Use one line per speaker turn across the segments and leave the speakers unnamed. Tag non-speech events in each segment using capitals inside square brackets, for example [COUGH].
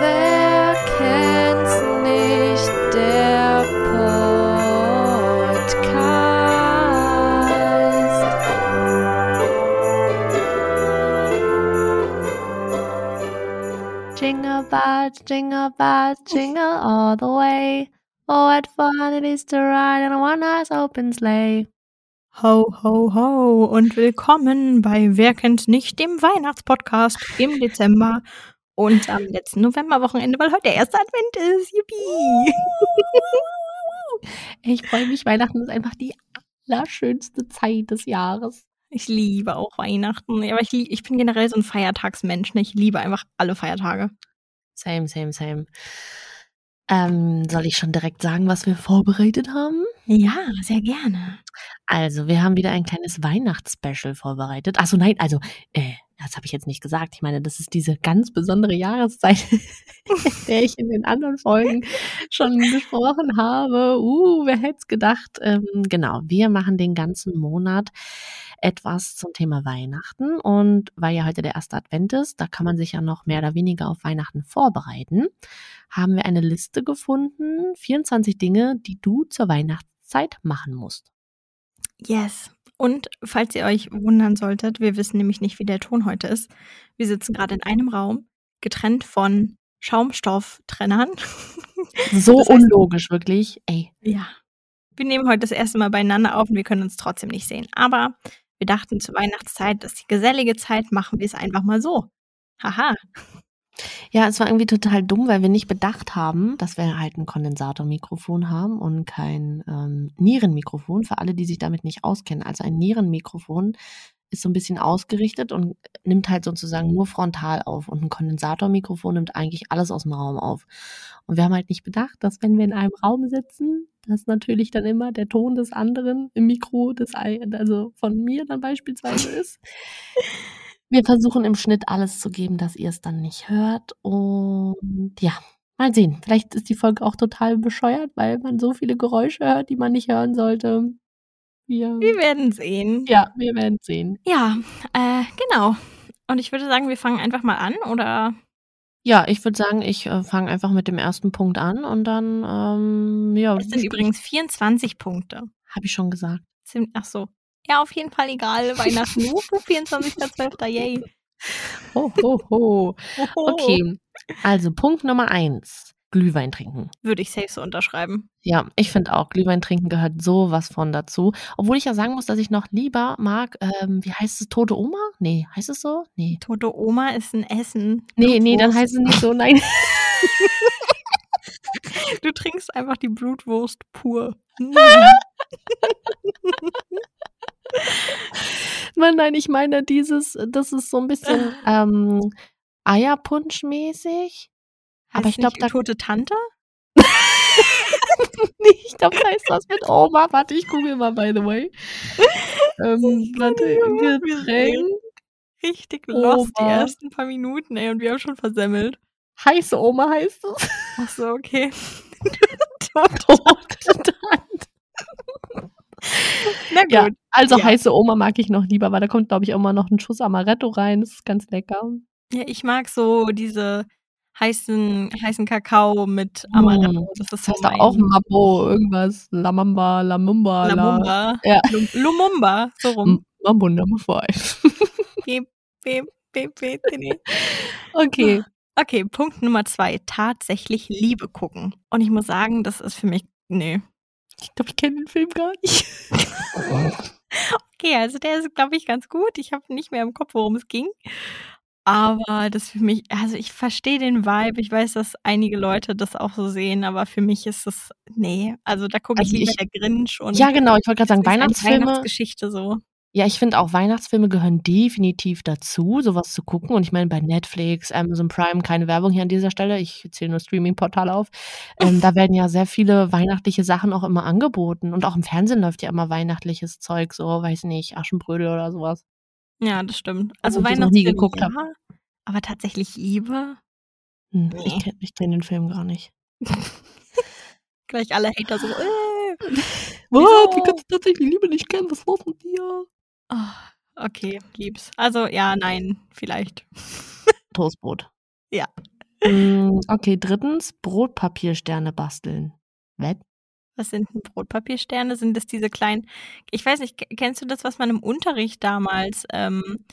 Wer kennt's nicht? Der Podcast. Jingle bell, jingle bell, jingle all the way. Oh, what fun it is to ride in a one-horse open sleigh.
Ho, ho, ho und willkommen bei Wer kennt nicht, dem Weihnachtspodcast im Dezember und am letzten Novemberwochenende, weil heute der erste Advent ist. Yippie!
Ich freue mich, Weihnachten ist einfach die allerschönste Zeit des Jahres.
Ich liebe auch Weihnachten, aber ich, lieb, ich bin generell so ein Feiertagsmensch. ne? Ich liebe einfach alle Feiertage.
Same, same, same. Ähm, soll ich schon direkt sagen, was wir vorbereitet haben?
Ja, sehr gerne.
Also, wir haben wieder ein kleines Weihnachtsspecial vorbereitet. Achso, nein, also, äh, das habe ich jetzt nicht gesagt. Ich meine, das ist diese ganz besondere Jahreszeit, [LAUGHS] in der ich in den anderen Folgen schon gesprochen habe. Uh, wer hätte es gedacht? Ähm, genau, wir machen den ganzen Monat etwas zum Thema Weihnachten. Und weil ja heute der erste Advent ist, da kann man sich ja noch mehr oder weniger auf Weihnachten vorbereiten, haben wir eine Liste gefunden, 24 Dinge, die du zur Weihnachtszeit machen musst.
Yes. Und falls ihr euch wundern solltet, wir wissen nämlich nicht, wie der Ton heute ist. Wir sitzen gerade in einem Raum, getrennt von Schaumstofftrennern.
So
Das heißt-
unlogisch, wirklich. Ey,
Ja. Wir nehmen heute das erste Mal beieinander auf und wir können uns trotzdem nicht sehen. Aber wir dachten zur Weihnachtszeit, das ist die gesellige Zeit, machen wir es einfach mal so. Haha.
ja, es war irgendwie total dumm, weil wir nicht bedacht haben, dass wir halt ein Kondensatormikrofon haben und kein ähm, Nierenmikrofon, für alle, die sich damit nicht auskennen. Also ein Nierenmikrofon ist so ein bisschen ausgerichtet und nimmt halt sozusagen nur frontal auf. Und ein Kondensatormikrofon nimmt eigentlich alles aus dem Raum auf. Und wir haben halt nicht bedacht, dass wenn wir in einem Raum sitzen, dass natürlich dann immer der Ton des anderen im Mikro, des, ei- also von mir dann beispielsweise ist. Wir versuchen im Schnitt alles zu geben, dass ihr es dann nicht hört. Und ja, mal sehen. Vielleicht ist die Folge auch total bescheuert, weil man so viele Geräusche hört, die man nicht hören sollte. Wir,
Wir werden sehen.
ja, wir werden sehen.
Ja, äh, genau. Und ich würde sagen, wir fangen einfach mal an, oder?
Ja, ich würde sagen, ich äh, fange einfach mit dem ersten Punkt an und dann, ähm, ja,
Es sind übrigens 24 Punkte.
habe ich schon gesagt.
Ziem- Ach so. Ja, auf jeden Fall egal.
[LAUGHS]
Weihnachten. Wuhu, 24.12. Yay.
Ho, ho,
[LAUGHS]
ho.
Hoho.
Okay, also Punkt Nummer eins. Glühwein trinken.
Würde ich safe so unterschreiben.
Ja, ich finde auch, Glühwein trinken gehört sowas von dazu. Obwohl ich ja sagen muss, dass ich noch lieber mag, ähm, wie heißt es, Tote Oma? Nee, heißt es so? Nee.
Tote Oma ist ein Essen.
Nee, nee, dann
Blutwurst.
heißt es nicht so,
[LAUGHS]
nein. [LAUGHS]
Du trinkst einfach die Blutwurst
[LAUGHS]
pur. Hm.
Mann, nein, ich meine dieses, das ist so ein
[LAUGHS]
bisschen ähm, Eierpunsch-mäßig. Aber
Heißt
ich glaub,
nicht
da-
tote Tante?
Nee, ich glaube, da ist was mit [LAUGHS] Oma. Warte, ich google mal, by the [LAUGHS] way. Ähm, warte,
nicht mehr,
Getränk,
Richtig lost die
Oma.
ersten paar Minuten, ey, und wir haben schon versemmelt.
heiße Oma heißt es. [LAUGHS]
Ach so, okay. [LAUGHS]
Tote Tante.
Na
Ja,
gut.
Also
Ja.
heiße Oma mag ich noch lieber, weil da kommt, glaube ich, auch mal noch ein Schuss Amaretto rein. Das ist ganz lecker.
Ja. ich mag so diese heißen, heißen Kakao mit Amaretto.
Mm,
Das ist
Das heißt
so
da
mein
auch Mambo, irgendwas. La Mamba, La Mumba, La,
Lumumba.
Ja.
Lum- Lumumba, so rum.
M- Mambo Number Five. [LAUGHS]
Bip, bip, bip, nee.
okay.
Okay, Punkt Nummer zwei. Tatsächlich Liebe gucken. Und ich muss sagen, das ist für mich. Nee.
Ich glaube, ich kenne den Film gar [LAUGHS] nicht.
Okay, also der ist, glaube ich, ganz gut. Ich habe nicht mehr im Kopf, worum es ging. Aber das für mich, also ich verstehe den Vibe. Ich weiß, dass einige Leute das auch so sehen, aber für mich ist es, nee. Also da gucke
Also
ich lieber
ich-
der Grinch und
ja, genau. Ich wollte gerade sagen,
das ist eine
Weihnachtsfilme.
Weihnachtsgeschichte so.
Ja, ich finde auch, Weihnachtsfilme gehören definitiv dazu, sowas zu gucken. Und ich meine, bei Netflix, Amazon Prime, keine Werbung hier an dieser Stelle. Ich zähle nur Streaming-Portale auf. Ähm, da werden ja sehr viele weihnachtliche Sachen auch immer angeboten. Und auch im Fernsehen läuft ja immer weihnachtliches Zeug, so, weiß nicht, Aschenbrödel oder sowas.
Ja, das stimmt. Also
Obwohl ich das noch nie
Weihnachtsfilme
geguckt
ja,
hab.
aber tatsächlich Liebe.
Hm,
Nee.
Ich kenne ich kenn den Film gar nicht.
Gleich alle Hater so, äh.
Was?
Wieso?
Wie kannst du tatsächlich Liebe nicht kennen? Was ist los mit dir?
Ah, okay, gib's. Also ja, nein, vielleicht.
Toastbrot. Hm, okay, drittens, Brotpapiersterne basteln. What?
Was sind denn Brotpapiersterne? Sind das diese kleinen? Ich weiß nicht, ke- kennst du das, was man im Unterricht damals, ähm,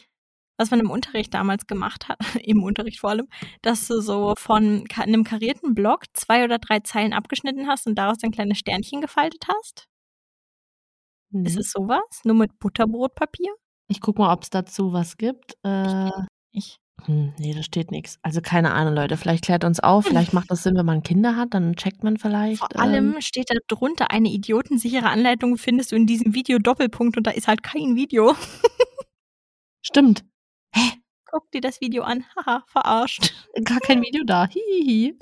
was man im Unterricht damals gemacht hat, [LAUGHS] im Unterricht vor allem, dass du so von ka- einem karierten Block zwei oder drei Zeilen abgeschnitten hast und daraus dann kleine Sternchen gefaltet hast? Ist
Nee.
es sowas? Nur mit Butterbrotpapier?
Hm, Ich guck mal, ob es dazu was gibt.
Ich
Äh,
kenne nicht.
hm, nee, da steht nichts. Also keine Ahnung, Leute. Vielleicht klärt uns auf. Vielleicht macht das Sinn, wenn man Kinder hat. Dann checkt man
Vor
vielleicht. Ähm,
allem steht da drunter eine idiotensichere Anleitung findest du in diesem Video Doppelpunkt und da ist halt kein Video. [LAUGHS]
stimmt. Hä?
Guck dir das Video an. Haha, verarscht.
Gar kein Video da. Hihihi.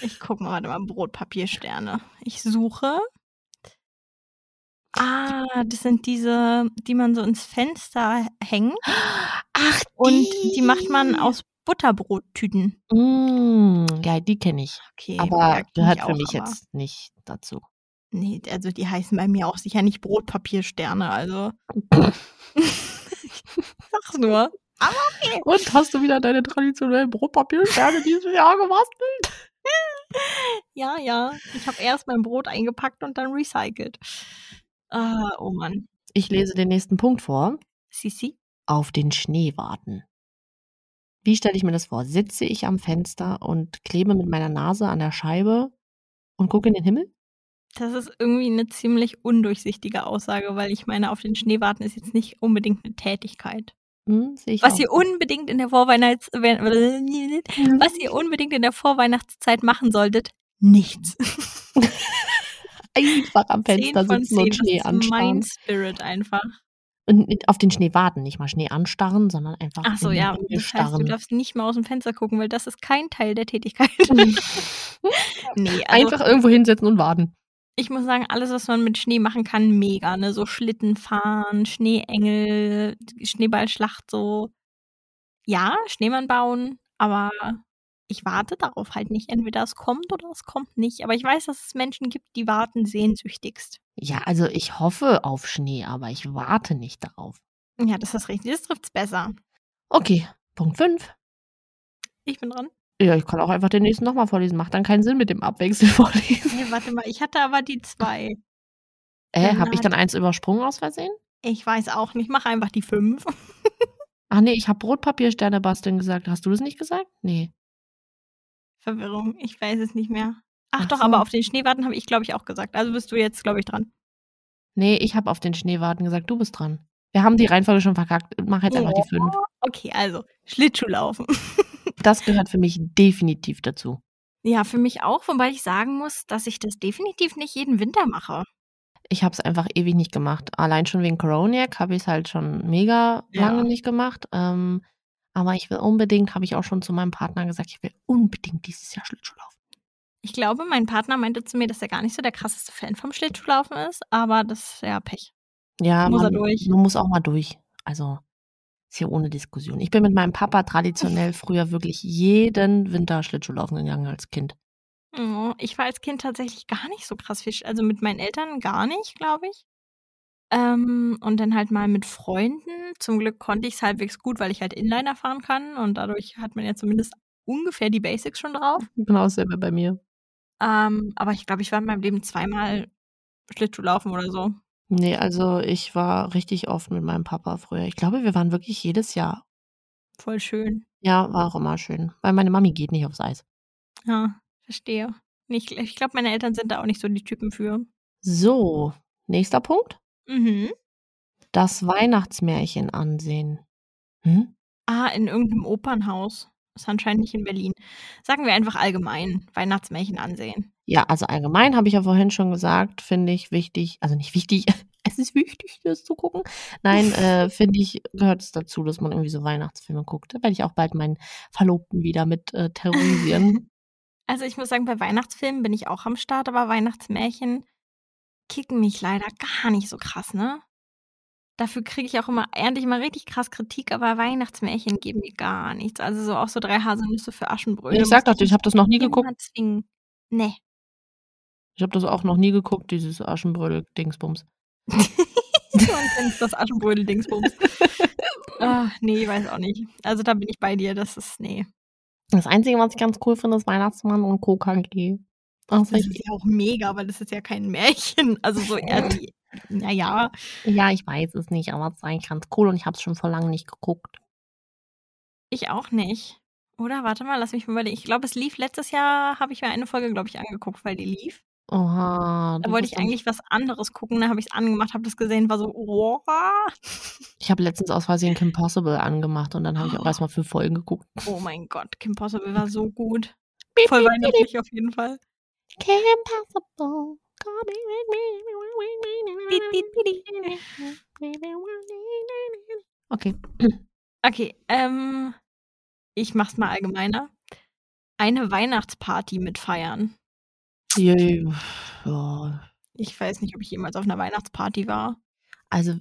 Ich gucke mal, warte mal, Brotpapiersterne. Ich suche. Ah, das sind diese, die man so ins Fenster hängt.
Ach,
Und die macht man
die.
aus Butterbrottüten.
Mm, ja, die kenne ich.
Okay, ja,
Aber
kenne
gehört
ich
für
auch,
mich
aber.
jetzt nicht dazu.
Nee, also die heißen bei mir auch sicher nicht Brotpapiersterne,
[LAUGHS]
also. Sag's nur. Aber okay.
Und hast du wieder deine traditionellen Brotpapiersterne dieses Jahr gebastelt?
Ja, ja. Ich habe erst mein Brot eingepackt und dann recycelt. Ah, oh Mann.
Ich lese den nächsten Punkt vor.
Sisi?
Auf den Schnee warten. Wie stelle ich mir das vor? Sitze ich am Fenster und klebe mit meiner Nase an der Scheibe und gucke in den Himmel?
Das ist irgendwie eine ziemlich undurchsichtige Aussage, weil ich meine, auf den Schnee warten ist jetzt nicht unbedingt eine Tätigkeit.
Hm, sehe ich
Was
auch. Mhm. [LAUGHS]
ihr unbedingt in der Vorweihnachts was ihr unbedingt in der Vorweihnachtszeit machen solltet,
[LAUGHS]
nichts.
Einfach am
10
Fenster
von
sitzen und
10, das
Schnee
ist mein
anstarren.
Spirit einfach.
Und nicht auf den Schnee warten, nicht mal Schnee anstarren, sondern einfach
Ach so,
in den
ja,
Himmel
das heißt, du
[LAUGHS] starren.
darfst nicht mal aus dem Fenster gucken, weil das ist kein Teil
[LAUGHS]
der Tätigkeit. nee, also
Mhm. Einfach irgendwo hinsetzen und warten.
ich muss sagen, alles, was man mit Schnee machen kann, mega, ne? So Schlitten fahren, Schneeengel, Schneeballschlacht, so. Ja, Schneemann bauen, aber ich warte darauf halt nicht. Entweder es kommt oder es kommt nicht. Aber ich weiß, dass es Menschen gibt, die warten sehnsüchtigst.
Ja, also ich hoffe auf Schnee, aber ich warte nicht darauf.
Ja, das ist richtig. Das trifft's besser.
Okay, Punkt 5.
Ich bin dran.
Ja, ich kann auch einfach den nächsten nochmal vorlesen. Macht dann keinen Sinn mit dem Abwechseln [LAUGHS] vorlesen.
Nee, warte mal, ich hatte aber die zwei.
Äh,
Dann
habe ich
hat,
dann eins übersprungen aus Versehen?
ich weiß auch nicht, mach einfach die fünf. [LAUGHS]
Ach nee, ich habe Brotpapiersterne basteln gesagt. Hast du das nicht gesagt? Nee.
Verwirrung, ich weiß es nicht mehr. Ach
Ach
doch, aber
so.
auf den Schneewarten habe ich, glaube ich, auch gesagt. Also bist du jetzt, glaube ich, dran.
Nee, ich habe auf den Schnee warten gesagt. Du bist dran. Wir haben die Reihenfolge schon verkackt. Mach jetzt einfach die
Oh.
5.
Okay, also [LAUGHS] Schlittschuhlaufen.
Das gehört für mich definitiv dazu.
Ja, für mich auch, wobei ich sagen muss, dass ich das definitiv nicht jeden Winter mache.
Ich habe es einfach ewig nicht gemacht. Allein schon wegen Coroniac habe ich es halt schon mega lange
Ja.
nicht gemacht. Ähm, aber ich will unbedingt, habe ich auch schon zu meinem Partner gesagt, ich will unbedingt dieses Jahr Schlittschuh laufen.
Ich glaube, mein Partner meinte zu mir, dass er gar nicht so der krasseste Fan vom Schlittschuhlaufen ist, aber das ist ja Pech.
Ja,
Muss er
man,
durch.
man muss auch mal durch. Also ist hier ohne Diskussion. Ich bin mit meinem Papa traditionell früher wirklich jeden Winter Schlittschuh laufen gegangen als Kind.
Oh, Ich war als Kind tatsächlich gar nicht so krass fisch. Also mit meinen Eltern gar nicht, glaube ich. Ähm, und dann halt mal mit Freunden. Zum Glück konnte ich es halbwegs gut, weil ich halt Inliner fahren kann und dadurch hat man ja zumindest ungefähr die Basics schon drauf.
Genau dasselbe bei mir.
Ähm, aber ich glaube, ich war in meinem Leben zweimal Schlittschuhlaufen oder so.
Nee, also ich war richtig oft mit meinem Papa früher. Ich glaube, wir waren wirklich jedes Jahr.
Voll schön.
Ja, war auch immer schön. Weil meine Mami geht nicht aufs Eis.
Ja, verstehe. Ich, ich glaube, meine Eltern sind da auch nicht so die Typen für.
So, nächster Punkt.
Mhm.
Das Weihnachtsmärchen ansehen. Hm?
Ah, in irgendeinem Opernhaus. Ist anscheinend nicht in Berlin. Sagen wir einfach allgemein Weihnachtsmärchen ansehen.
Ja, also allgemein habe ich ja vorhin schon gesagt, finde ich wichtig, also nicht wichtig, [LAUGHS] es ist wichtig, das zu gucken. Nein, äh, finde ich, gehört es dazu, dass man irgendwie so Weihnachtsfilme guckt. Da werde ich auch bald meinen Verlobten wieder mit äh,
[LAUGHS]
terrorisieren.
Also ich muss sagen, bei Weihnachtsfilmen bin ich auch am Start, aber Weihnachtsmärchen kicken mich leider gar nicht so krass, ne? Dafür kriege ich auch immer, ehrlich mal richtig krass Kritik, aber Weihnachtsmärchen geben mir gar nichts. Also so auch so drei Haselnüsse für Aschenbrödel
Ich sag
muss
doch,
ich
ich
mich
habe das noch nie geguckt.
immer zwingen. Ne. [LAUGHS] Nee.
Ich habe das auch noch nie geguckt, dieses Aschenbrödel-Dingsbums.
Man kennt
[LAUGHS]
das Aschenbrödel-Dingsbums. Ah, nee, weiß auch nicht. Also da bin ich bei dir, das ist, nee.
Das Einzige, was ich ganz cool finde, ist Weihnachtsmann und KKG.
Das,
Hm.
das ist ja auch mega, aber das ist ja kein Märchen. Also
[LAUGHS]
so eher die, naja.
Ja, ich weiß es nicht, aber es ist eigentlich ganz cool und ich habe es schon vor langem nicht geguckt.
Ich auch nicht. Oder warte mal, lass mich mal überlegen. Ich glaube, es lief letztes Jahr, habe ich mir eine Folge, glaube ich, angeguckt, weil die lief.
Oha.
Da wollte ich eigentlich was anderes gucken, da habe ich es angemacht, habe das gesehen, war so, oha.
Ich habe letztens aus Versehen Kim Possible angemacht und dann habe ich auch erstmal fünf Folgen geguckt.
Oh mein Gott, Kim Possible war so gut. Voll weihnachtlich auf jeden Fall.
Kim Possible. Okay.
Okay, ähm, ich mach's mal allgemeiner. Eine Weihnachtsparty mitfeiern.
Ja, ja.
Ich weiß nicht, ob ich jemals auf einer Weihnachtsparty war.
Also,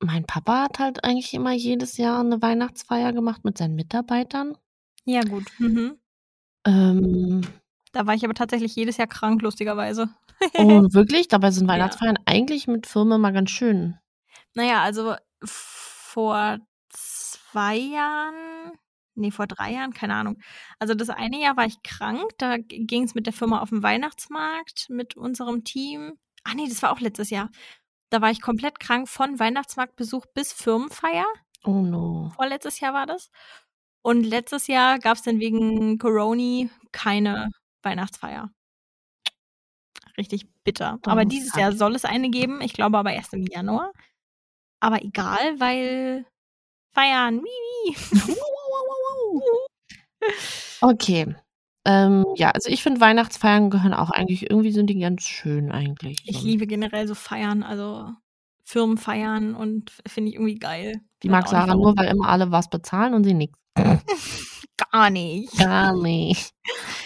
mein Papa hat halt eigentlich immer jedes Jahr eine Weihnachtsfeier gemacht mit seinen Mitarbeitern.
Ja, gut. Mhm.
[LAUGHS] Ähm,
da war ich aber tatsächlich jedes Jahr krank, lustigerweise.
oh, wirklich? Dabei sind Weihnachtsfeiern ja. eigentlich mit Firmen immer ganz schön.
Naja, also vor zwei Jahren, nee, vor drei Jahren, keine Ahnung. Also das eine Jahr war ich krank, da ging es mit der Firma auf den Weihnachtsmarkt mit unserem Team. Ach nee, das war auch letztes Jahr. Da war ich komplett krank von Weihnachtsmarktbesuch bis Firmenfeier.
Oh no.
Vorletztes Jahr war das. Und letztes Jahr gab es dann wegen Coroni keine Weihnachtsfeier. Richtig bitter. Oh, aber dieses Jahr soll es eine geben. Ich glaube aber erst im Januar. Aber egal, weil feiern.
okay. Ähm, ja, also ich finde Weihnachtsfeiern gehören auch eigentlich, irgendwie sind die ganz schön eigentlich.
Ich so. liebe generell so Feiern, also Firmenfeiern und finde ich irgendwie geil.
Die mag Sarah nur, weil immer alle was bezahlen und sie nichts.
Gar nicht.
Gar nicht.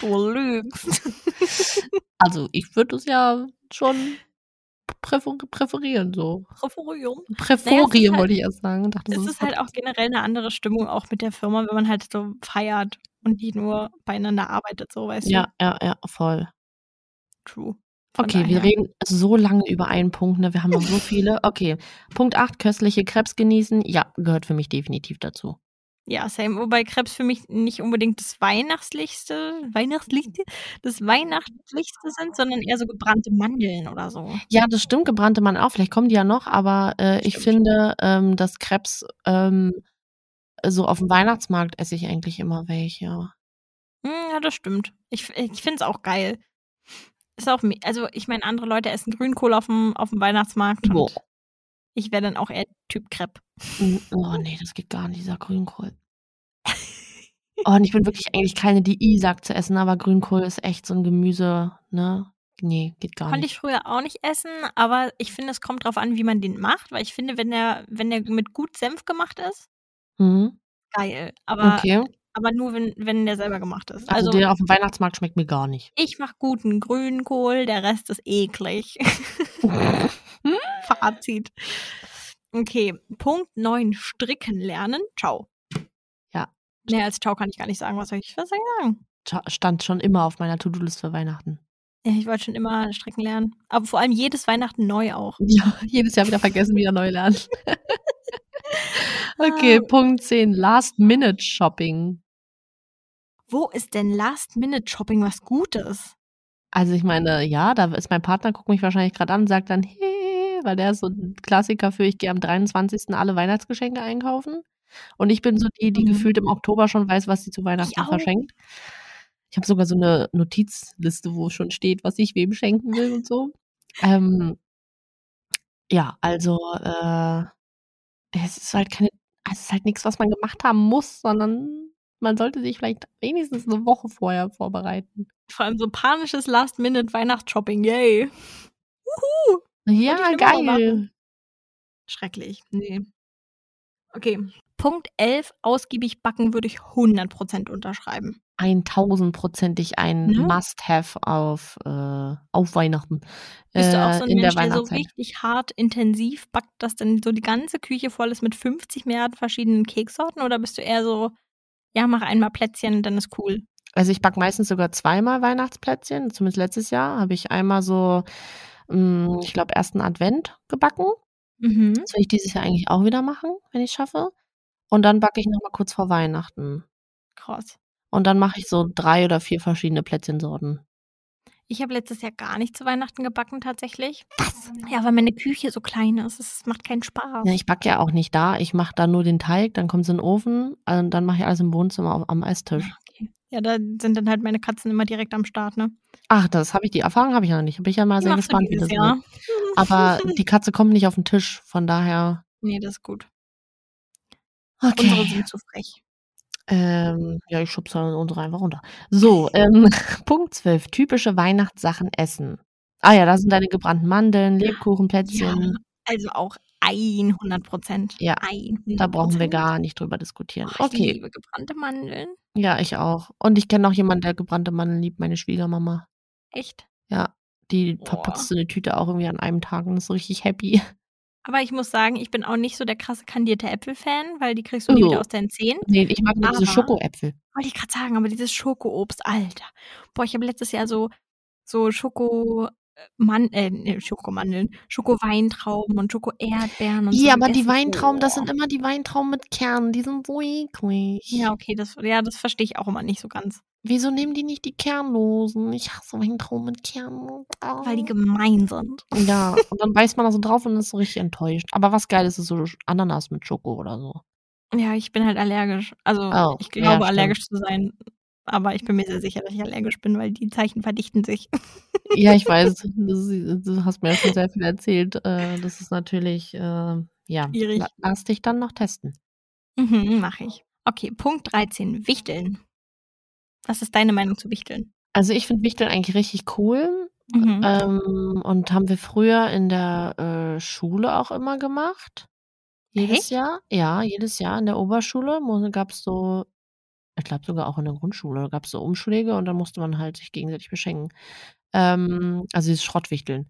Du lügst. [LAUGHS]
also ich würde es ja schon Präfer präferieren so.
Präferium.
Präferium naja, halt, wollte ich erst sagen.
Dachte, es ist halt auch generell eine andere Stimmung auch mit der Firma, wenn man halt so feiert und nicht nur beieinander arbeitet, so weißt
ja,
du.
Ja, ja, ja, voll.
True.
Von okay, daher. wir reden so lange über einen Punkt, ne? Wir haben noch [LAUGHS] so viele. Okay. Punkt 8, köstliche Krebs genießen. Ja, gehört für mich definitiv dazu.
Ja, same. Wobei Krebs für mich nicht unbedingt das Weihnachtslichste, Weihnachtslichste, das Weihnachtlichste sind, sondern eher so gebrannte Mandeln oder so.
Ja, das stimmt, gebrannte Mandeln auch. Vielleicht kommen die ja noch, aber äh, ich finde, ähm, dass Krebs ähm, so auf dem Weihnachtsmarkt esse ich eigentlich immer welche.
Hm, Ja, das stimmt. Ich, ich finde es auch geil. Ist auch, also ich meine, andere Leute essen Grünkohl auf dem, auf dem Weihnachtsmarkt. Und Boah. Ich wäre dann auch eher Typ Crepe.
Oh nee, das geht gar nicht, dieser Grünkohl. oh, und ich bin wirklich eigentlich keine, die I sagt zu essen, aber Grünkohl ist echt so ein Gemüse, ne? Nee, geht gar
Konnte
nicht.
Konnte ich früher auch nicht essen, aber ich finde, es kommt drauf an, wie man den macht, weil ich finde, wenn der, wenn der mit gut Senf gemacht ist,
mhm.
geil. Aber,
okay.
aber nur, wenn, wenn der selber gemacht ist.
Also, also der auf dem Weihnachtsmarkt schmeckt mir gar nicht.
Ich mache guten Grünkohl, der Rest ist eklig. [LAUGHS] Fazit. Okay, Punkt 9, stricken lernen. Ciao.
Ja.
Mehr als ciao kann ich gar nicht sagen. Was soll ich, was soll ich sagen?
Stand schon immer auf meiner To-Do-List für Weihnachten.
Ja, ich wollte schon immer stricken lernen. Aber vor allem jedes Weihnachten neu auch.
Ja, [LAUGHS] jedes Jahr wieder vergessen, wieder neu lernen. [LAUGHS] okay, ah. Punkt 10, Last-Minute-Shopping.
Wo ist denn Last-Minute-Shopping was Gutes?
Also ich meine, ja, da ist mein Partner, guckt mich wahrscheinlich gerade an und sagt dann, hey, weil der ist so ein Klassiker für, ich gehe am 23. alle Weihnachtsgeschenke einkaufen. Und ich bin so die, die mhm. gefühlt im Oktober schon weiß, was sie zu Weihnachten ich verschenkt. Ich habe sogar so eine Notizliste, wo schon steht, was ich wem schenken will und so. Ähm, ja, also äh, es ist halt keine, es ist halt nichts, was man gemacht haben muss, sondern man sollte sich vielleicht wenigstens eine Woche vorher vorbereiten.
Vor allem so panisches Last-Minute-Weihnachtsshopping, yay! Uhu.
Ja, geil.
Schrecklich. Nee. Okay. Punkt 11, ausgiebig backen würde ich 100% unterschreiben.
1000%ig ein mhm. Must-Have auf, äh, auf Weihnachten.
Bist du auch
Äh,
so ein in Mensch, der, der so richtig hart intensiv backt, dass dann so die ganze Küche voll ist mit 50 Milliarden verschiedenen Keksorten? Oder bist du eher so, ja, mach einmal Plätzchen, dann ist cool?
Also ich backe meistens sogar zweimal Weihnachtsplätzchen. Zumindest letztes Jahr habe ich einmal so hm, ich glaube, ersten Advent gebacken.
Mhm.
Das will ich dieses Jahr eigentlich auch wieder machen, wenn ich es schaffe. Und dann backe ich nochmal kurz vor Weihnachten.
Krass.
Und dann mache ich so 3 oder 4 verschiedene Plätzchensorten.
Ich habe letztes Jahr gar nicht zu Weihnachten gebacken tatsächlich. Was? Ja, weil meine Küche so klein ist. Es macht keinen Spaß.
Ja, ich backe ja auch nicht da. Ich mache da nur den Teig, dann kommt es in den Ofen und dann mache ich alles im Wohnzimmer auf, am Esstisch.
Ah, Okay. Ja, da sind dann halt meine Katzen immer direkt am Start, ne?
Ach, das habe ich, die Erfahrung habe ich noch nicht. Bin ich ja mal
Die
sehr
machst du
gespannt, wie
dieses
das
Jahr.
wird.
[LAUGHS]
Aber die Katze kommt nicht auf den Tisch, von daher.
Nee, das ist gut. Unsere
Okay.
sind zu frech.
Ähm, ja, ich schub's halt unsere einfach runter. So, ähm, [LAUGHS] Punkt 12. Typische Weihnachtssachen essen. Ah ja, da sind deine gebrannten Mandeln, Lebkuchen,
Ja,
Plätzchen.
also auch 100 Prozent.
Ja,
100
da brauchen wir
Prozent.
gar nicht drüber diskutieren.
Oh, genau, ich
Okay,
liebe gebrannte Mandeln.
ja, ich auch. Und ich kenne auch jemanden, der gebrannte Mandeln liebt, meine Schwiegermama.
Echt.
Ja, die verputzt
Boah.
so eine Tüte auch irgendwie an einem Tag und ist so richtig happy.
Aber ich muss sagen, ich bin auch nicht so der krasse kandierte Äpfelfan, weil die kriegst du nie wieder
Oh.
aus deinen Zähnen.
Nee, [LAUGHS] ich mag nur diese
Aber,
Schokoäpfel.
wollte ich gerade sagen, aber dieses Schokoobst, Alter. Boah, ich habe letztes Jahr so, so Schoko. Man äh, nee, Schokomandeln, Schoko-Weintrauben und Schoko-Erdbeeren und so
Ja, aber die
gegessen.
Weintrauben, das
Boah.
sind immer die Weintrauben mit Kernen. Die sind so eklig.
Ja, okay, das, ja, das verstehe ich auch immer nicht so ganz.
Wieso nehmen die nicht die kernlosen? Ich hasse Weintrauben mit Kernen.
Weil die
Ah.
gemein sind.
Ja, und dann beißt man da so drauf und ist so richtig enttäuscht. Aber was geil ist, ist so Sch- Ananas mit Schoko oder so.
Ja, ich bin halt allergisch. Also
Oh,
ich
ja,
glaube
stimmt.
allergisch zu sein, aber ich bin mir sehr sicher, dass ich allergisch bin, weil die Zeichen verdichten sich.
Ja, ich weiß,
[LAUGHS]
du, du hast mir ja schon sehr viel erzählt. Äh, das ist natürlich, äh, ja,
Schwierig.
la- lass dich dann noch testen.
Mhm, mache ich. Okay, Punkt 13. Wichteln. Was ist deine Meinung zu Wichteln?
Also ich finde Wichteln eigentlich richtig cool.
Mhm.
Ähm, und haben wir früher in der äh, Schule auch immer gemacht. Jedes
Echt?
Jahr, ja, jedes Jahr in der Oberschule gab es so, ich glaube sogar auch in der Grundschule, gab es so Umschläge und dann musste man halt sich gegenseitig beschenken. Ähm, also dieses Schrottwichteln.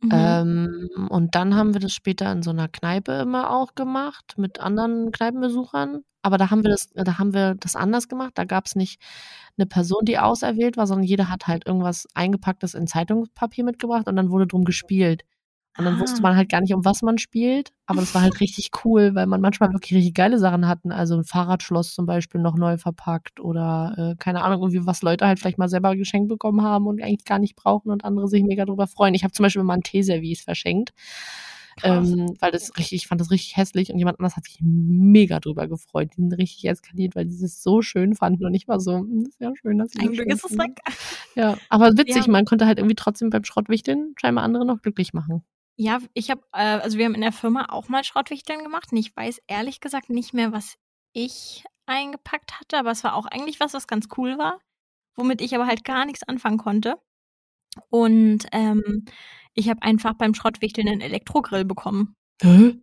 Mhm.
Ähm, und dann haben wir das später in so einer Kneipe immer auch gemacht mit anderen Kneipenbesuchern. Aber da haben wir das, da haben wir das anders gemacht. Da gab es nicht eine Person, die auserwählt war, sondern jeder hat halt irgendwas eingepacktes in Zeitungspapier mitgebracht und dann wurde drum gespielt. Und dann wusste
Ah.
man halt gar nicht, um was man spielt, aber das war halt richtig cool, weil man manchmal wirklich richtig geile Sachen hatten. Also ein Fahrradschloss zum Beispiel noch neu verpackt oder äh, keine Ahnung, irgendwie was Leute halt vielleicht mal selber geschenkt bekommen haben und eigentlich gar nicht brauchen und andere sich mega drüber freuen. Ich habe zum Beispiel mal ein Teeservice verschenkt,
Krass.
ähm, weil das richtig, ich fand das richtig hässlich und jemand anders hat sich mega drüber gefreut. Die sind richtig eskaliert, weil die das so schön fanden und ich war so, "Mm, ist ja schön, dass sie
Ein
das
Glück
schön
ist es weg.
finden. Ja, aber witzig,
Ja,
man konnte halt irgendwie trotzdem beim Schrottwichteln scheinbar andere noch glücklich machen.
ja ich habe, äh, also wir haben in der Firma auch mal Schrottwichteln gemacht und ich weiß ehrlich gesagt nicht mehr, was ich eingepackt hatte, aber es war auch eigentlich was, was ganz cool war, womit ich aber halt gar nichts anfangen konnte. Und ähm, ich habe einfach beim Schrottwichteln einen Elektrogrill bekommen.
Hä?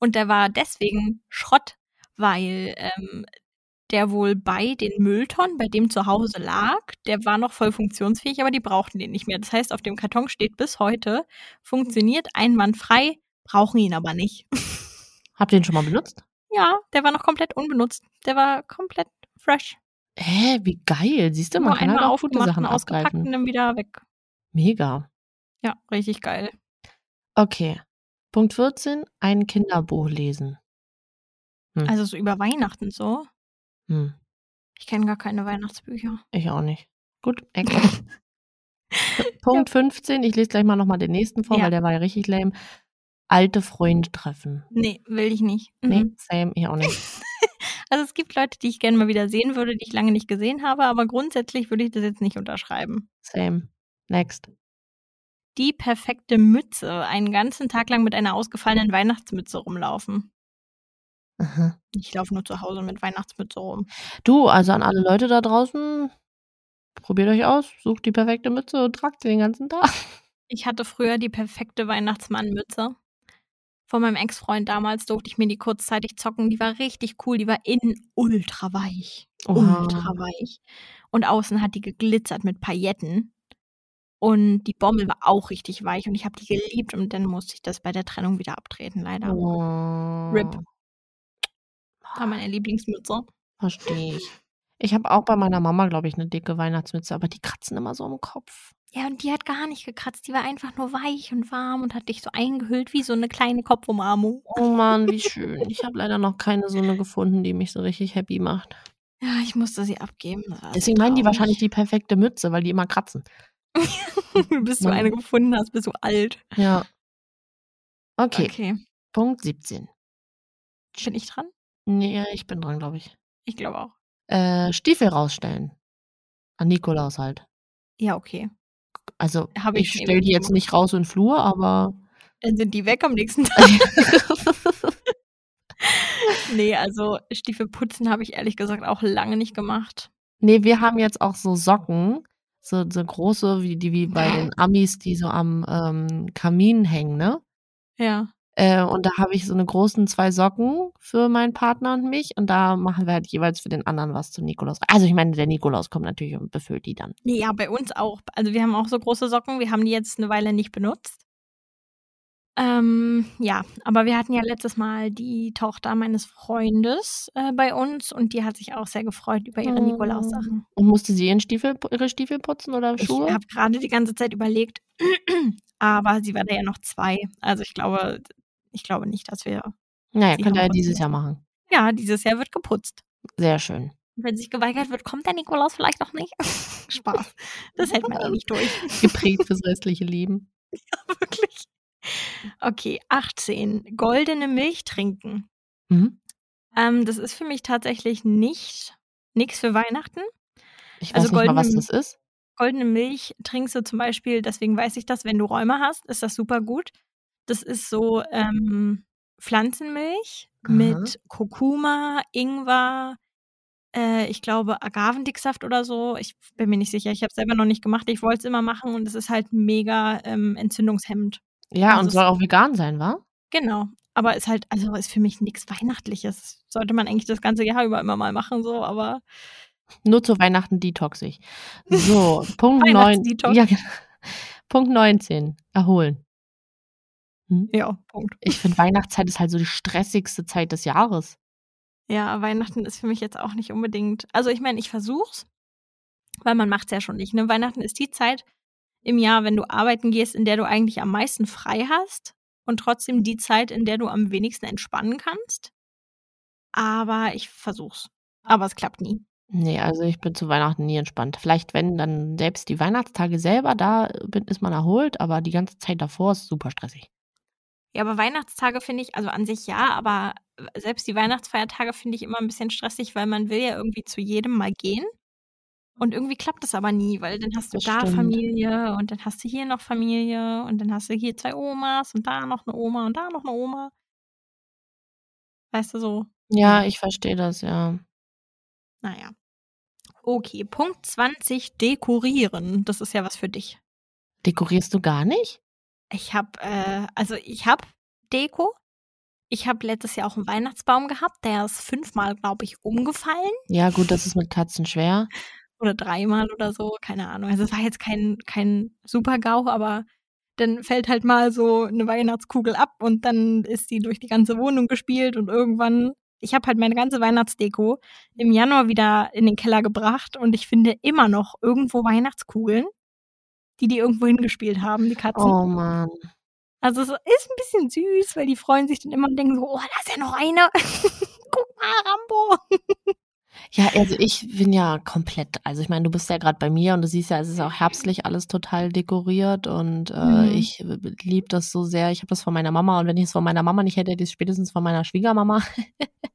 Und der war deswegen Schrott, weil ähm, der wohl bei den Mülltonnen, bei dem zu Hause lag, der war noch voll funktionsfähig, aber die brauchten den nicht mehr. Das heißt, auf dem Karton steht bis heute, funktioniert einwandfrei, brauchen ihn aber nicht.
Habt ihr den schon mal benutzt?
ja, der war noch komplett unbenutzt. Der war komplett fresh.
Hä, wie geil. Siehst du, man
Nur
kann halt
einmal
auch gute
aufgemacht und
Sachen
ausgepackt und
abgreifen.
dann wieder weg.
Mega.
Ja, richtig geil.
Okay. Punkt 14, ein Kinderbuch lesen. Hm.
Also so über Weihnachten so.
Hm.
Ich kenne gar keine Weihnachtsbücher.
Ich auch nicht. Gut, next.
[LAUGHS] ja.
Punkt 15, ich lese gleich mal nochmal den nächsten vor,
ja,
weil der war ja richtig lame. Alte Freunde treffen.
nee, will ich nicht.
Nee,
Mhm.
same, ich auch nicht.
[LAUGHS] Also es gibt Leute, die ich gerne mal wieder sehen würde, die ich lange nicht gesehen habe, aber grundsätzlich würde ich das jetzt nicht unterschreiben.
Same. Next.
Die perfekte Mütze. Einen ganzen Tag lang mit einer ausgefallenen Weihnachtsmütze rumlaufen.
Aha.
Ich laufe nur zu Hause mit Weihnachtsmütze rum.
Du, also an alle Leute da draußen, probiert euch aus, sucht die perfekte Mütze und tragt sie den ganzen Tag.
Ich hatte früher die perfekte Weihnachtsmannmütze. Von meinem Ex-Freund damals durfte ich mir die kurzzeitig zocken. Die war richtig cool. Die war innen ultra weich.
Oha.
Ultra weich. Und außen hat die geglitzert mit Pailletten. Und die Bommel war auch richtig weich und ich habe die geliebt und dann musste ich das bei der Trennung wieder abtreten, leider. RIP
Oh.
war meine Lieblingsmütze.
Verstehe ich. Ich habe auch bei meiner Mama, glaube ich, eine dicke Weihnachtsmütze, aber die kratzen immer so im Kopf.
Ja, und die hat gar nicht gekratzt. Die war einfach nur weich und warm und hat dich so eingehüllt wie so eine kleine Kopfumarmung.
Oh Mann, wie schön. Ich habe leider noch keine so eine gefunden, die mich so richtig happy macht.
Ja, ich musste sie abgeben. Das war
Deswegen
so
meinen die
traurig.
wahrscheinlich die perfekte Mütze, weil die immer kratzen.
[LAUGHS] bis du
Mhm.
eine gefunden hast, bist du alt.
Ja. Okay,
Okay.
Punkt 17.
Bin ich dran?
Nee, ich bin dran, glaube ich.
Ich glaube auch.
Äh, Stiefel rausstellen. An Nikolaus halt.
Ja, okay.
Also,
Habe
ich
ich
stelle die jetzt nicht raus in den Flur, aber.
Dann sind die weg am
[LAUGHS]
nächsten Tag. [LAUGHS] nee, also Stiefel putzen habe ich ehrlich gesagt auch lange nicht gemacht.
nee, Ne, wir haben jetzt auch so Socken. So, so große, wie die wie bei den
Ah.
Amis, die so am ähm, Kamin hängen, ne?
Ja.
Äh, und da habe ich so eine großen zwei Socken für meinen Partner und mich. Und da machen wir halt jeweils für den anderen was zum Nikolaus. Also ich meine, der Nikolaus kommt natürlich und befüllt die dann.
Nee, ja, bei uns auch. Also wir haben auch so große Socken. Wir haben die jetzt eine Weile nicht benutzt. Ähm, ja, aber wir hatten ja letztes Mal die Tochter meines Freundes äh, bei uns und die hat sich auch sehr gefreut über ihre
Oh.
Nikolaus-Sachen.
Und musste sie ihren Stiefel, ihre Stiefel putzen oder
Ich
Schuhe?
habe gerade die ganze Zeit überlegt, [CLEARS THROAT] aber sie war da ja noch zwei. Also ich glaube, ich glaube nicht, dass wir.
naja,
sie
könnte er
haben-
dieses Jahr machen.
Ja, dieses Jahr wird geputzt.
Sehr schön.
Und Wenn sich geweigert wird, kommt der Nikolaus vielleicht noch nicht. [LAUGHS] Spaß. Das hält man eh nicht durch.
Geprägt fürs restliche Leben.
[LAUGHS] Wirklich. Okay, 18. Goldene Milch trinken.
Mhm.
Ähm, das ist für mich tatsächlich nicht nichts für Weihnachten.
Ich weiß
Also
nicht mal, was
golden-
das ist.
Goldene Milch trinkst du zum Beispiel, deswegen weiß ich das, wenn du Räume hast, ist das super gut. Das ist so ähm, Pflanzenmilch
Aha.
mit Kurkuma, Ingwer, äh, ich glaube Agavendicksaft oder so. Ich bin mir nicht sicher, ich habe es selber noch nicht gemacht. Ich wollte es immer machen und es ist halt mega ähm, entzündungshemmend.
Ja,
Also
und
es-
soll auch vegan sein, wa?
Genau. Aber ist halt, also ist für mich nichts Weihnachtliches. Sollte man eigentlich das ganze Jahr über immer mal machen, so, aber
Nur zu Weihnachten detoxig. [LAUGHS] So, Punkt 9.
Weihnachtsdetox.
Ja, genau. [LAUGHS] Punkt 19. Erholen. Hm?
ja, Punkt.
Ich finde, Weihnachtszeit ist halt so die stressigste Zeit des Jahres.
Ja, Weihnachten ist für mich jetzt auch nicht unbedingt. Also ich meine, ich versuch's, weil man macht's ja schon nicht. Ne? Weihnachten ist die Zeit im Jahr, wenn du arbeiten gehst, in der du eigentlich am meisten frei hast und trotzdem die Zeit, in der du am wenigsten entspannen kannst. Aber ich versuch's. Aber es klappt nie.
Nee, also ich bin zu Weihnachten nie entspannt. Vielleicht, wenn dann selbst die Weihnachtstage selber da bin, ist man erholt, aber die ganze Zeit davor ist super stressig.
Ja, aber Weihnachtstage finde ich, also an sich ja, aber äh, selbst die Weihnachtsfeiertage finde ich immer ein bisschen stressig, weil man will ja irgendwie zu jedem mal gehen. Und irgendwie klappt das aber nie, weil dann hast du
Das
da
stimmt.
Familie und dann hast du hier noch Familie und dann hast du hier zwei Omas und da noch eine Oma und da noch eine Oma. Weißt du so,
Ja, ich verstehe das, ja.
naja. Okay, Punkt 20, dekorieren. Das ist ja was für dich.
Dekorierst du gar nicht?
Ich habe, äh, also ich habe Deko. Ich habe letztes Jahr auch einen Weihnachtsbaum gehabt. Der ist fünfmal, glaube ich, umgefallen.
Ja, gut, das ist mit Katzen schwer.
Oder dreimal oder so. Keine Ahnung. Also es war jetzt kein, kein Super-GAU, aber dann fällt halt mal so eine Weihnachtskugel ab und dann ist die durch die ganze Wohnung gespielt und irgendwann. Ich habe halt meine ganze Weihnachtsdeko im Januar wieder in den Keller gebracht und ich finde immer noch irgendwo Weihnachtskugeln, die die irgendwo hingespielt haben, die Katzen.
Oh Mann.
Also es ist ein bisschen süß, weil die freuen sich dann immer und denken so, oh, da ist ja noch eine. [LAUGHS] Guck mal, Rambo.
Ja, also ich bin ja komplett, also ich meine, du bist ja gerade bei mir und du siehst ja, es ist auch herbstlich alles total dekoriert und äh,
Mhm.
ich liebe das so sehr. Ich habe das von meiner Mama und wenn ich es von meiner Mama nicht hätte, hätte ich es spätestens von meiner Schwiegermama,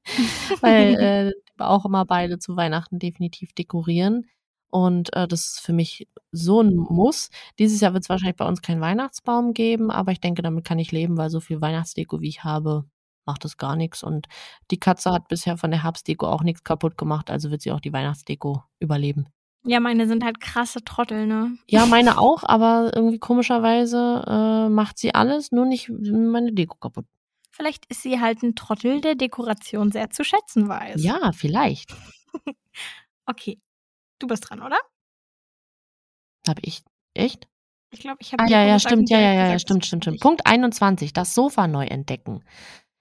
[LAUGHS] weil äh, auch immer beide zu Weihnachten definitiv dekorieren. Und äh, das ist für mich so ein Muss. Dieses Jahr wird es wahrscheinlich bei uns keinen Weihnachtsbaum geben, aber ich denke, damit kann ich leben, weil so viel Weihnachtsdeko, wie ich habe, macht das gar nichts. Und die Katze hat bisher von der Herbstdeko auch nichts kaputt gemacht, also wird sie auch die Weihnachtsdeko überleben.
Ja, meine sind halt krasse Trottel, ne?
Ja, meine auch, aber irgendwie komischerweise äh, macht sie alles, nur nicht meine Deko kaputt.
Vielleicht ist sie halt ein Trottel, der Dekoration sehr zu schätzen weiß.
Ja, vielleicht.
Okay. Du bist dran, oder?
Habe ich. Echt?
Ich glaube, ich habe.
Ah, ja, ja, stimmt, ja, ja, ja, ja, stimmt, stimmt, stimmt. Punkt 21, das Sofa neu entdecken.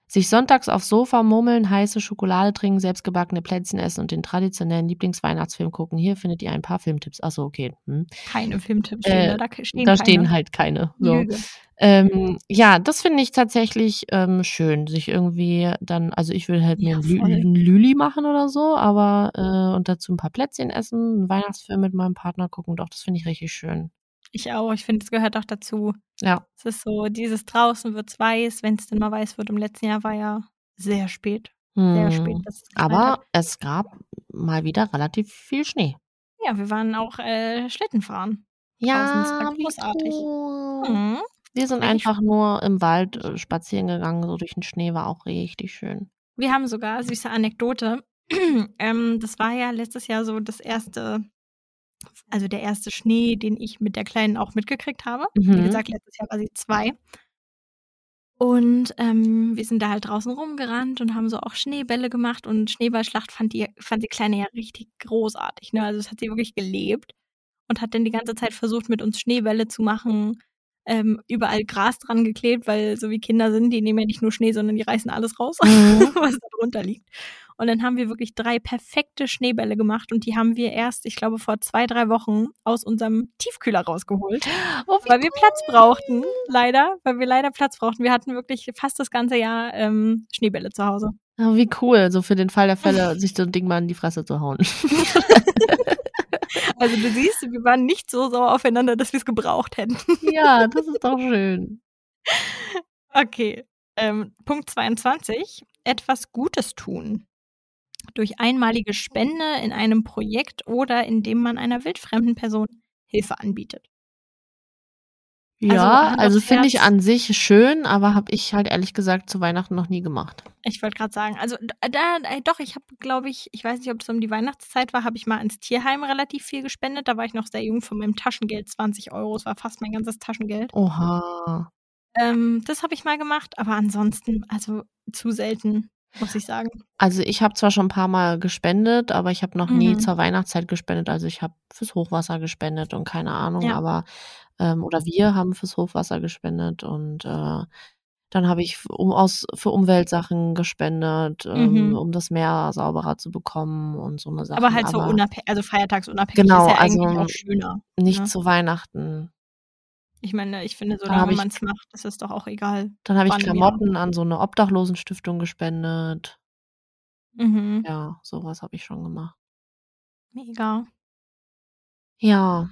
Sich sonntags aufs Sofa mummeln, heiße Schokolade trinken, selbstgebackene Plätzchen essen und den traditionellen Lieblingsweihnachtsfilm gucken. Hier findet ihr ein paar Filmtipps. Achso, okay. Hm.
Keine Filmtipps
Äh,
stehen da, da stehen
Da
keine.
stehen halt keine. So.
Lüge.
Ähm, ja, das finde ich tatsächlich, ähm, schön, sich irgendwie dann also, ich würde halt mir
Ja,
'n Lü
voll.
'n Lüli machen oder so, aber äh, und dazu 'n paar Plätzchen essen, 'n Weihnachtsfilm mit meinem Partner gucken. Doch, das finde ich richtig schön.
Ich auch. Ich finde, das gehört auch dazu.
Ja.
Es ist so dieses draußen wird's weiß, wenn's denn mal weiß wird. Im letzten Jahr war ja sehr spät, sehr spät,
Mhm.
dass es geschneit hat.
Aber es gab mal wieder relativ viel Schnee.
Ja, wir waren auch, äh, Schlitten fahren draußen. Es war
Ja, wie
großartig.
cool.
Mhm.
Wir sind
Richtig
einfach nur im Wald, äh,
schön.
spazieren gegangen, so durch 'n Schnee, war auch richtig schön.
Wir haben sogar süße Anekdote. [CLEARS THROAT] Ähm, das war ja letztes Jahr so das 1. also, der 1. Schnee, den ich mit der Kleinen auch mitgekriegt habe. Wie
Mhm.
gesagt, letztes Jahr war sie 2. Und, ähm, wir sind da halt draußen rumgerannt und haben so auch Schneebälle gemacht und Schneeballschlacht fand die fand die Kleine ja richtig großartig, ne? Also, das hat sie wirklich gelebt und hat dann die ganze Zeit versucht, mit uns Schneebälle zu machen, ähm, überall Gras dran geklebt, weil so wie Kinder sind, die nehmen ja nicht nur Schnee, sondern die reißen alles raus,
[LAUGHS]
[LAUGHS]
Mhm.
was da drunter liegt. Und dann haben wir wirklich 3 perfekte Schneebälle gemacht und die haben wir erst, ich glaube, vor 2, 3 Wochen aus unserem Tiefkühler rausgeholt,
[LAUGHS] Oh, wie
weil
[LAUGHS]
wir Platz brauchten,
cool.
leider weil wir leider Platz brauchten. Wir hatten wirklich fast das ganze Jahr, ähm, Schneebälle zu Hause.
Ah, wie cool, so für den Fall der Fälle, sich so 'n Ding mal in die Fresse zu hauen. [LAUGHS]
Also, du siehst, wir waren nicht so sauer aufeinander, dass wir's gebraucht hätten. [LAUGHS]
Ja, das ist doch schön.
Okay, ähm, Punkt 22, etwas Gutes tun. Durch einmalige Spende in einem Projekt oder indem man einer wildfremden Person Hilfe anbietet. Also,
Ja,
Hand
also,
aufs
finde ich
Herz
an sich schön, aber habe ich halt ehrlich gesagt zu Weihnachten noch nie gemacht.
Ich wollte grad sagen, also, d da äh, doch, ich habe, glaube ich ich weiß nicht, ob's um die Weihnachtszeit war, habe ich mal ans Tierheim relativ viel gespendet. Da war ich noch sehr jung, von meinem Taschengeld 20 €. Es war fast mein ganzes Taschengeld.
Oha.
Ähm, das habe ich mal gemacht, aber ansonsten, also, zu selten, muss ich sagen.
Also, ich habe zwar schon 'n paar Mal gespendet, aber ich habe noch nie
Mhm.
zur Weihnachtszeit gespendet. Also, ich habe fürs Hochwasser gespendet und keine Ahnung,
Ja.
aber ähm, oder wir haben fürs Hochwasser gespendet und, äh, dann habe ich f um aus für Umweltsachen gespendet, ähm,
Mhm.
um das Meer sauberer zu bekommen und so 'ne
Aber
Sachen,
halt so
aber
unabhä also, feiertagsunabhängig ist
Genau,
ja eigentlich auch
also,
schöner,
nicht
ne?
zu Weihnachten.
Ich meine, ich finde,
Dann habe
solange
ich
man's macht, ist es doch auch egal,
dann habe ich
wann genau? im Jahr.
Klamotten an so 'ne Obdachlosenstiftung gespendet.
Mhm.
Ja, so was habe ich schon gemacht.
Mega.
Ja,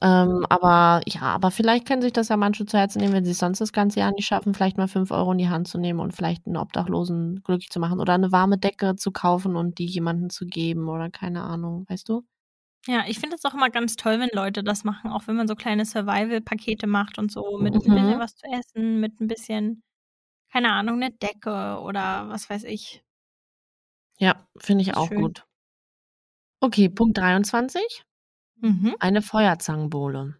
ähm, aber ja, aber vielleicht können sich das ja manche zu Herzen nehmen, wenn sie's sonst das ganze Jahr nicht schaffen, vielleicht mal 5 € in die Hand zu nehmen und vielleicht 'n Obdachlosen glücklich zu machen oder 'ne warme Decke zu kaufen und die jemandem zu geben oder keine Ahnung, weißt du?
Ja, ich finde es auch immer ganz toll, wenn Leute das machen, auch wenn man so kleine Survival-Pakete macht und so mit 'n bisschen
Mhm.
was zu essen, mit 'n bisschen, keine Ahnung, 'ne Decke oder was weiß ich.
Ja, finde ich
Ist
auch
schön.
gut. Okay, Punkt 23,
Mhm.
eine Feuerzangenbowle.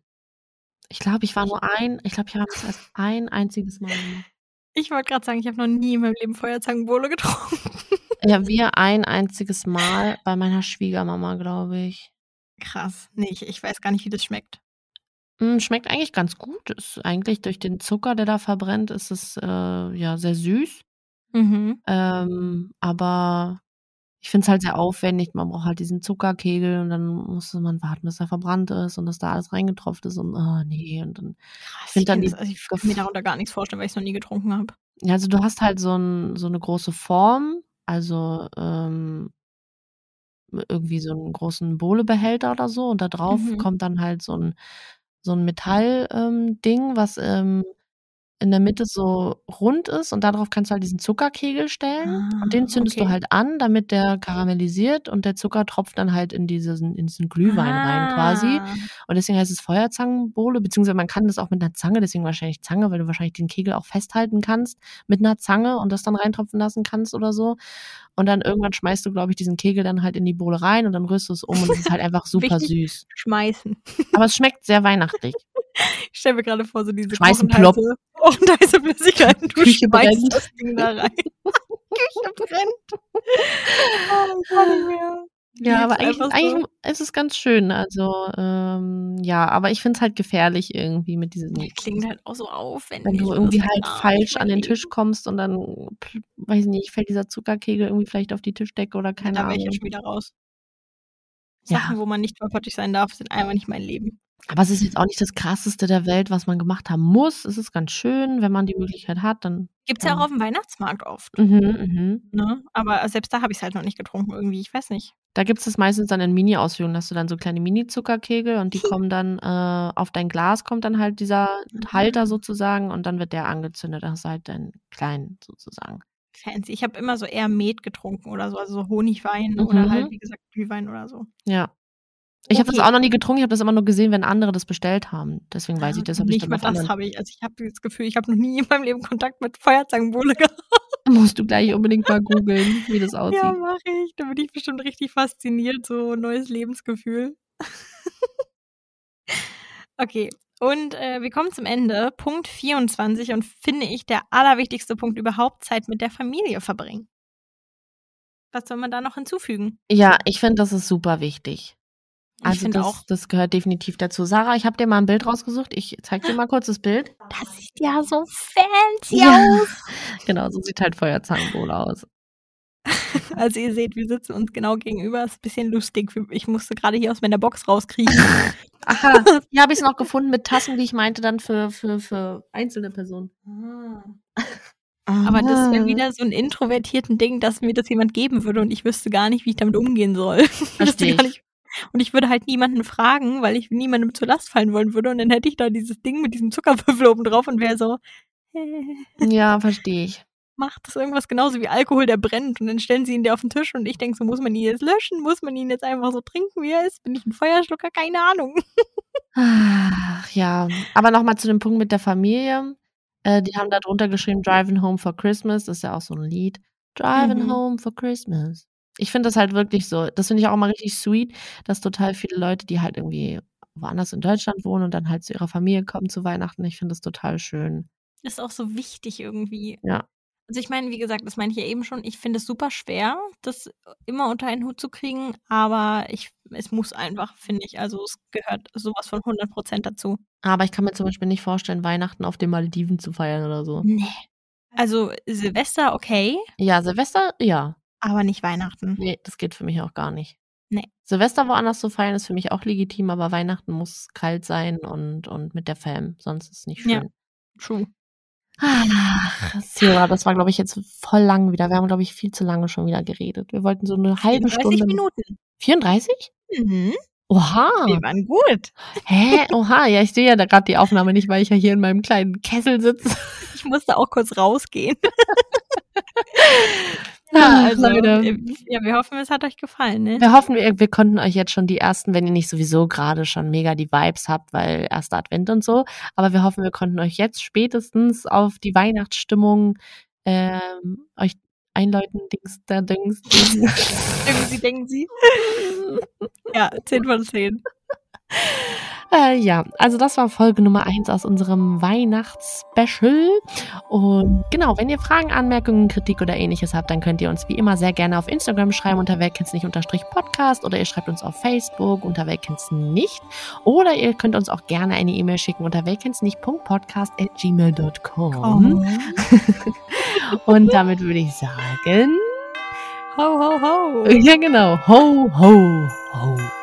Ich glaube, ich war
Ich
nur ein ich glaube, ich habe es erst ein einziges Mal [LAUGHS] gemacht.
Ich wollte grad sagen, ich habe noch nie in meinem Leben Feuerzangenbowle [LAUGHS] getrunken.
Ja, wir ein einziges Mal bei meiner Schwiegermama, glaube ich.
Krass. Ne, ich ich weiß gar nicht, wie das schmeckt.
Hm, schmeckt eigentlich ganz gut. Ist eigentlich durch den Zucker, der da verbrennt, ist es, äh, ja, sehr süß.
Mhm.
Ähm, aber ich finde es halt sehr aufwendig. Man braucht halt diesen Zuckerkegel und dann musste man warten, bis er verbrannt ist und dass da alles reingetropft ist und, ah, ne, und dann ich
Krass,
finde
ich
dann
kann das
die
also, ich kann mir
gef
darunter gar nichts vorstellen, weil ich's noch nie getrunken habe.
Ja, also, du hast halt so 'n so 'ne große Form, also, ähm irgendwie so 'n großen Bowlebehälter oder so und da drauf
Mhm.
kommt dann halt so 'n so 'n Metall ähm, Ding, was, ähm, in der Mitte so rund ist und da drauf kannst du halt diesen Zuckerkegel stellen und den
Ah,
zündest du
okay.
halt an, damit der karamellisiert und der Zucker tropft dann halt in diesen in diesen Glühwein rein quasi
Ah.
und deswegen heißt es Feuerzangenbowle, beziehungsweise man kann das auch mit 'ner Zange, deswegen wahrscheinlich Zange, weil du wahrscheinlich den Kegel auch festhalten kannst mit 'ner Zange und das dann reintropfen lassen kannst oder so und dann irgendwann schmeißt du, glaube ich, diesen Kegel dann halt in die Bowle rein und dann rührst du's um und es ist halt
[LAUGHS]
einfach super
Wichtig,
süß.
schmeißen.
Aber es schmeckt sehr
[LAUGHS]
weihnachtlich.
Ich stelle mir gerade vor, so diese
Schmeißen, plopp.
kochend-heiße kochend-heiße Flüssigkeit und du
Küche
schmeißt
brennt.
das Ding da [LAUGHS] rein. Küche brennt. Oh, ich kann nicht mehr.
Ja, aber
Lieb's
eigentlich
einfach
eigentlich
so.
m ist es ganz schön. Also, ähm, ja, aber ich finde es halt gefährlich irgendwie mit
Ja,
diesen
klingt halt auch so
wenn
aufwendig
du
und das
irgendwie
ist halt
halt
gar nicht
falsch
mein
an den Tisch
Ding.
kommst und dann pl weiß nicht, fällt dieser Zuckerkegel irgendwie vielleicht auf die Tischdecke oder keine
Da wäre ich ja
Ahnung.
schon wieder raus.
Ja.
Sachen, wo man nicht tollpatschig sein darf, sind einfach nicht mein Leben.
Aber es ist jetzt auch nicht das Krasseste der Welt, was man gemacht haben muss. Es ist ganz schön, wenn man die Möglichkeit hat, dann
Gibt's ja
ja.
auch aufm Weihnachtsmarkt oft,
Mhm, mhm.
ne? Aber selbst da habe ich's halt noch nicht getrunken irgendwie, ich weiß nicht.
Da gibt's das meistens dann in Mini-Ausführungen, da hast du dann so kleine Mini-Zuckerkegel und die kommen dann, äh auf dein Glas kommt dann halt dieser Halter
Ah.
sozusagen und dann wird der angezündet. Dann hast du halt deinen kleinen sozusagen.
Fancy. Ich habe immer so eher Met getrunken oder so, also so Honigwein oder halt,
Mhm.
wie gesagt, Glühwein oder so.
Ja. Ich habe das
Okay.
auch noch nie getrunken, ich habe das immer nur gesehen, wenn andere das bestellt haben. Deswegen weiß
Ah,
ich das, habe ich
nicht
dann
mal
auf
das
anderen
habe ich. Also, ich habe das Gefühl, ich habe noch nie in meinem Leben Kontakt mit
[LAUGHS] Oh,
Feuerzangenbowle gehabt.
Musst du gleich unbedingt mal googeln, wie das
Ja,
aussieht.
mache ich. Da bin ich bestimmt richtig fasziniert, so neues Lebensgefühl. [LAUGHS] Okay. Und, äh, wir kommen zum Ende. Punkt 24 und finde ich der allerwichtigste Punkt überhaupt, Zeit mit der Familie verbringen. Was soll man da noch hinzufügen?
Ja, ich finde, das ist super wichtig.
Ich
Also,
finde auch.
das das gehört definitiv dazu. Sarah, ich habe dir mal 'n Bild rausgesucht. Ich zeige dir mal kurz das Bild.
Das sieht ja so fancy
Ja,
aus.
genau, so sieht halt Feuerzangenbowle aus.
Also, ihr seht, wir sitzen uns genau gegenüber. Ist bisschen lustig. W ich musste gerade hier aus meiner Box rauskriechen.
Aha, hier habe ich's noch gefunden mit Tassen, wie ich meinte, dann für für für einzelne Personen.
Ah. Aber das wäre
Aha.
wieder so 'n introvertierten Ding, dass mir das jemand geben würde und ich wüsste gar nicht, wie ich damit umgehen soll. [LAUGHS] Ich wüsste
Verstehe
gar
ich.
nicht und ich würde halt niemanden fragen, weil ich niemandem zur Last fallen wollen würde und dann hätte ich da dieses Ding mit diesem Zuckerwürfel oben drauf und wäre so:
Ja, verstehe ich.
Macht das irgendwas genauso wie Alkohol, der brennt und dann stellen sie ihn dir auf'n Tisch und ich denke so: „Muss man ihn jetzt löschen? Muss man ihn jetzt einfach so trinken, wie er ist? Bin ich 'n Feuerschlucker? Keine Ahnung.“
Ach ja, aber noch mal zu dem Punkt mit der Familie. Äh, die haben da drunter geschrieben: „Driving home for Christmas“, ist ja auch so 'n Lied. Driving
Mhm.
home for Christmas. Ich finde das halt wirklich so das finde ich auch immer richtig sweet, dass total viele Leute, die halt irgendwie woanders in Deutschland wohnen und dann halt zu ihrer Familie kommen zu Weihnachten. Ich finde das total schön.
Ist auch so wichtig irgendwie.
Ja.
Also, ich meine, wie gesagt, das meinte ich ja eben schon, ich finde es super schwer, das äh, immer unter einen Hut zu kriegen, aber ich es muss einfach, finde ich. Also, es gehört so was von 100 % dazu.
Aber ich kann mir zum Beispiel nicht vorstellen, Weihnachten auf den Malediven zu feiern oder so.
Ne. Also, Silvester okay.
Ja, Silvester, ja.
Aber nicht Weihnachten.
Ne, das geht für mich auch gar nicht.
Ne.
Silvester woanders zu feiern, ist für mich auch legitim, aber Weihnachten muss kalt sein und und mit der Fam, sonst ist nicht
Ja,
schön.
true.
Ach, Sarah, das war, glaube ich, jetzt voll lang wieder. Wir haben, glaube ich, viel zu lange schon wieder geredet. Wir wollten so 'ne 1/2
34
Stunde m
Minuten.
34?
[LAUGHS] Mhm. Wir
Oha.
waren gut.
Hä? Oha, ja, ich sehe ja da grad die Aufnahme nicht, weil ich ja hier in meinem kleinen Kessel sitze.
Ich musste auch kurz rausgehen. [LAUGHS] Ja,
[LAUGHS] Ach,
[LAUGHS] also,
Leute.
äh, ja, wir hoffen, es hat euch gefallen, ne?
Wir hoffen, wir wir konnten euch jetzt schon die ersten wenn ihr nicht sowieso grade schon mega die Vibes habt, weil 1. Advent und so, aber wir hoffen, wir konnten euch jetzt spätestens auf die Weihnachtsstimmung, ähm, euch einläuten, Dings da Dings Ding.
Irgendwie denken [LAUGHS] sie. Ja, 10 von 10.
Äh, ja, also, das war Folge Nummer 1 aus unserem Weihnachts-Special und genau, wenn ihr Fragen, Anmerkungen, Kritik oder Ähnliches habt, dann könnt ihr uns wie immer sehr gerne auf Instagram schreiben unter werkennt's-nicht_podcast oder ihr schreibt uns auf Facebook unter werkennt's-nicht oder ihr könnt uns auch gerne eine E-Mail schicken unter werkennt's-nicht.podcast@gmail.com
Komm.
und damit würde ich sagen
Oh. Ho, ho, ho.
ja, genau. Ho, ho, ho.